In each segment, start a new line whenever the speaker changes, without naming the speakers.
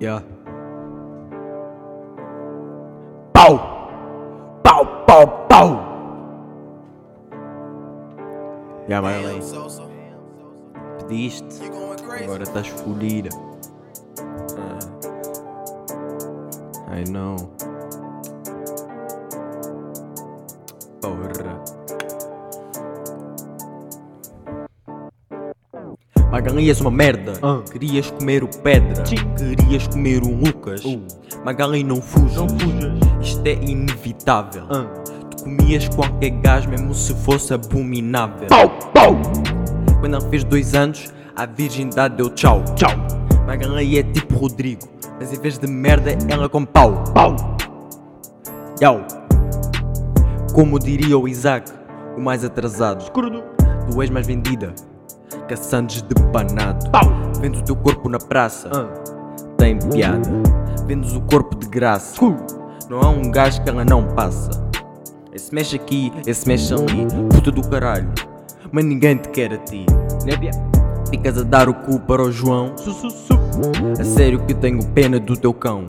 Ja. Pau! Pau, pau, pau! Já vai além. Pediste, agora tá estás fodida. Ah. I know. Porra. Magalhães é uma merda.
Ah.
Querias comer o Pedra.
Sim.
Querias comer um Lucas.
Uh.
Magalhães não fujas.
Não fujas.
Isto é inevitável.
Ah.
Tu comias qualquer gás, mesmo se fosse abominável.
Pau, pau,
Quando ela fez dois anos, a virgindade deu tchau.
tchau,
Magalhães é tipo Rodrigo, mas em vez de merda, ela é com pau.
pau,
Yau. Como diria o Isaac, o mais atrasado.
curdo,
Tu és mais vendida, caçandes de panado.
pau.
Vendes o teu corpo na praça,
Ah.
tem piada. Vendes o corpo de graça. Não há um gajo que ela não passa. Esse mexe aqui, esse mexe ali, puta do caralho. Mas ninguém te quer a ti. Né, pia? Ficas a dar o cu para o João. Su, su, su. A sério que tenho pena do teu cão.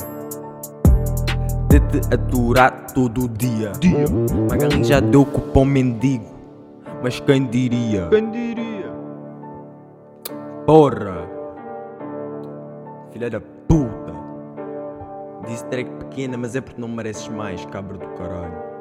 De te aturar todo o dia.
Dia.
Magalhães já deu cu para um mendigo. Mas quem diria?
Quem diria?
Porra! Filha da é puta! Disse track pequena, mas é porque não mereces mais, cabra do caralho.